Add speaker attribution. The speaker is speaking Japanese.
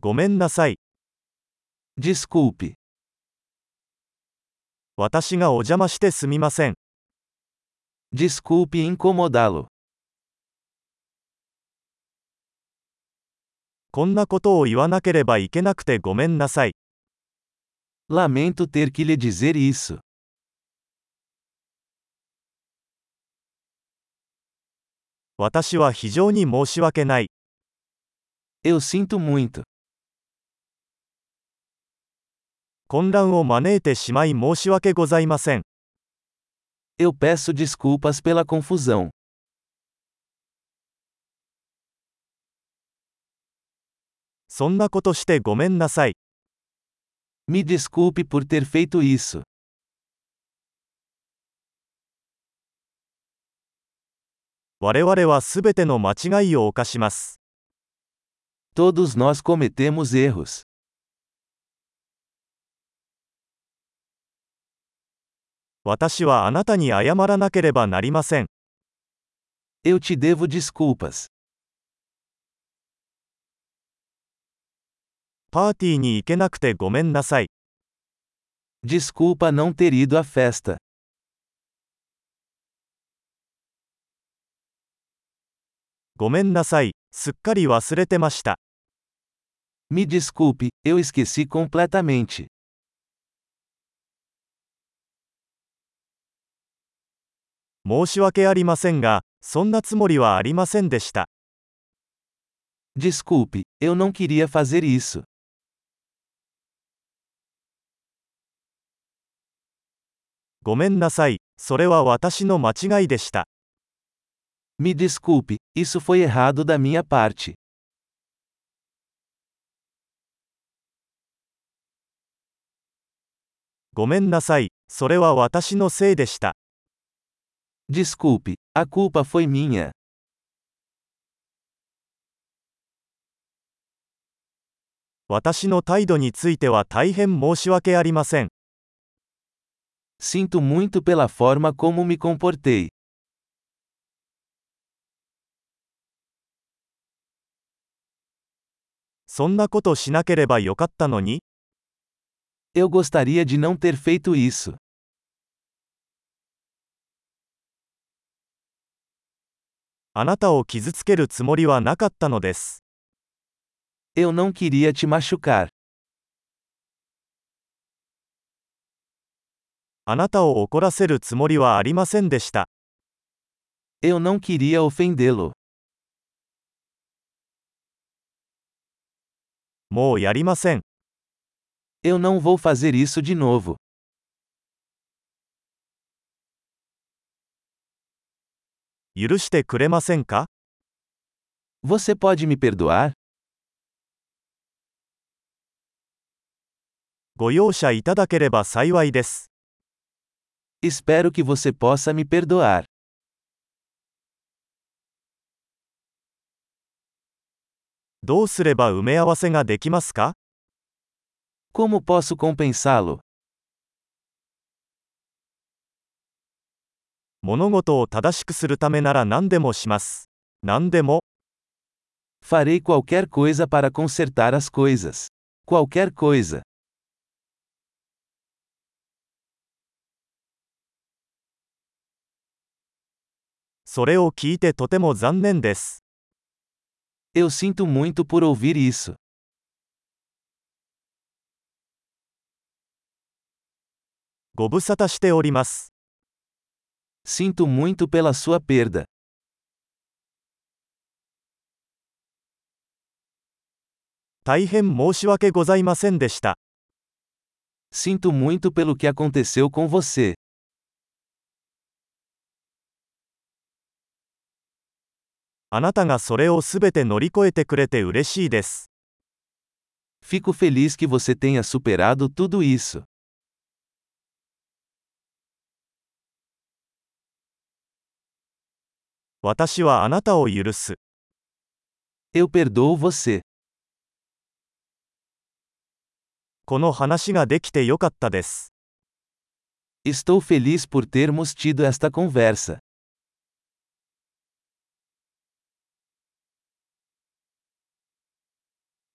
Speaker 1: ごめんなさい。
Speaker 2: Desculpe.
Speaker 1: 私がお邪魔してすみません。
Speaker 2: Desculpe incomodá-lo.
Speaker 1: こんなことを言わなければいけなくてごめんなさい。
Speaker 2: Lamento ter que lhe dizer isso.
Speaker 1: 私は非常に申し訳ない。
Speaker 2: Eu sinto muito.
Speaker 1: 混乱を招いてしまい申し訳ございません。
Speaker 2: Eu peço desculpas pela confusão.
Speaker 1: そんなことしてごめんなさい。
Speaker 2: Me desculpe por ter feito isso.
Speaker 1: 我々はすべての間違いを犯します。
Speaker 2: Todos nós cometemos erros.
Speaker 1: 私はあなたに謝らなければなりません。
Speaker 2: Eu te devo desculpas.
Speaker 1: パーティーに行けなくてごめんなさい。
Speaker 2: Desculpa não ter ido à festa.
Speaker 1: ごめんなさい。すっかり忘れてました。
Speaker 2: Me desculpe, eu esqueci completamente.
Speaker 1: 申し訳ありませんが、そんなつもりはありませんでした。
Speaker 2: Desculpe, eu não queria fazer isso.
Speaker 1: ごめんなさい。それは私の間違いでした。
Speaker 2: Me desculpe, isso foi errado da minha parte.
Speaker 1: ごめんなさい。それは私のせいでした。
Speaker 2: Desculpe, a culpa foi minha.
Speaker 1: 私の態度については大変申し訳ありません。
Speaker 2: Sinto muito pela forma como me comportei.
Speaker 1: そんなことしなければよかったのに、
Speaker 2: Eu gostaria de não ter feito isso.
Speaker 1: あなたを傷つけるつもりはなかったのです。
Speaker 2: Eu não queria te machucar.
Speaker 1: あなたを怒らせるつもりはありませんでした。
Speaker 2: Eu não queria ofendê-lo.
Speaker 1: もうやりません。
Speaker 2: Eu não vou fazer isso de novo.
Speaker 1: 許してくれませんか
Speaker 2: Você pode me perdoar?
Speaker 1: ご容赦いただければ幸いです。
Speaker 2: Espero que você possa me perdoar.
Speaker 1: どうすれば埋め合わせができますか
Speaker 2: Como posso compensá-lo?
Speaker 1: 物事を正しくするためなら何でもします。何でも、
Speaker 2: Farei qualquer coisa para consertar as coisas. Qualquer coisa.
Speaker 1: それを聞いてとても残念です。
Speaker 2: Eu sinto muito por ouvir isso.
Speaker 1: ご無沙汰しております。
Speaker 2: Sinto muito pela sua perda.
Speaker 1: 大変申し訳ございませんでした。
Speaker 2: Sinto muito pelo que aconteceu com você.
Speaker 1: あなたがそれをすべて乗り越えてくれて嬉しいです。
Speaker 2: Fico feliz que você tenha superado tudo isso.
Speaker 1: 私はあなたを許す。
Speaker 2: Eu perdoo você.
Speaker 1: この話ができてよかったです。
Speaker 2: Estou feliz por termos tido esta conversa.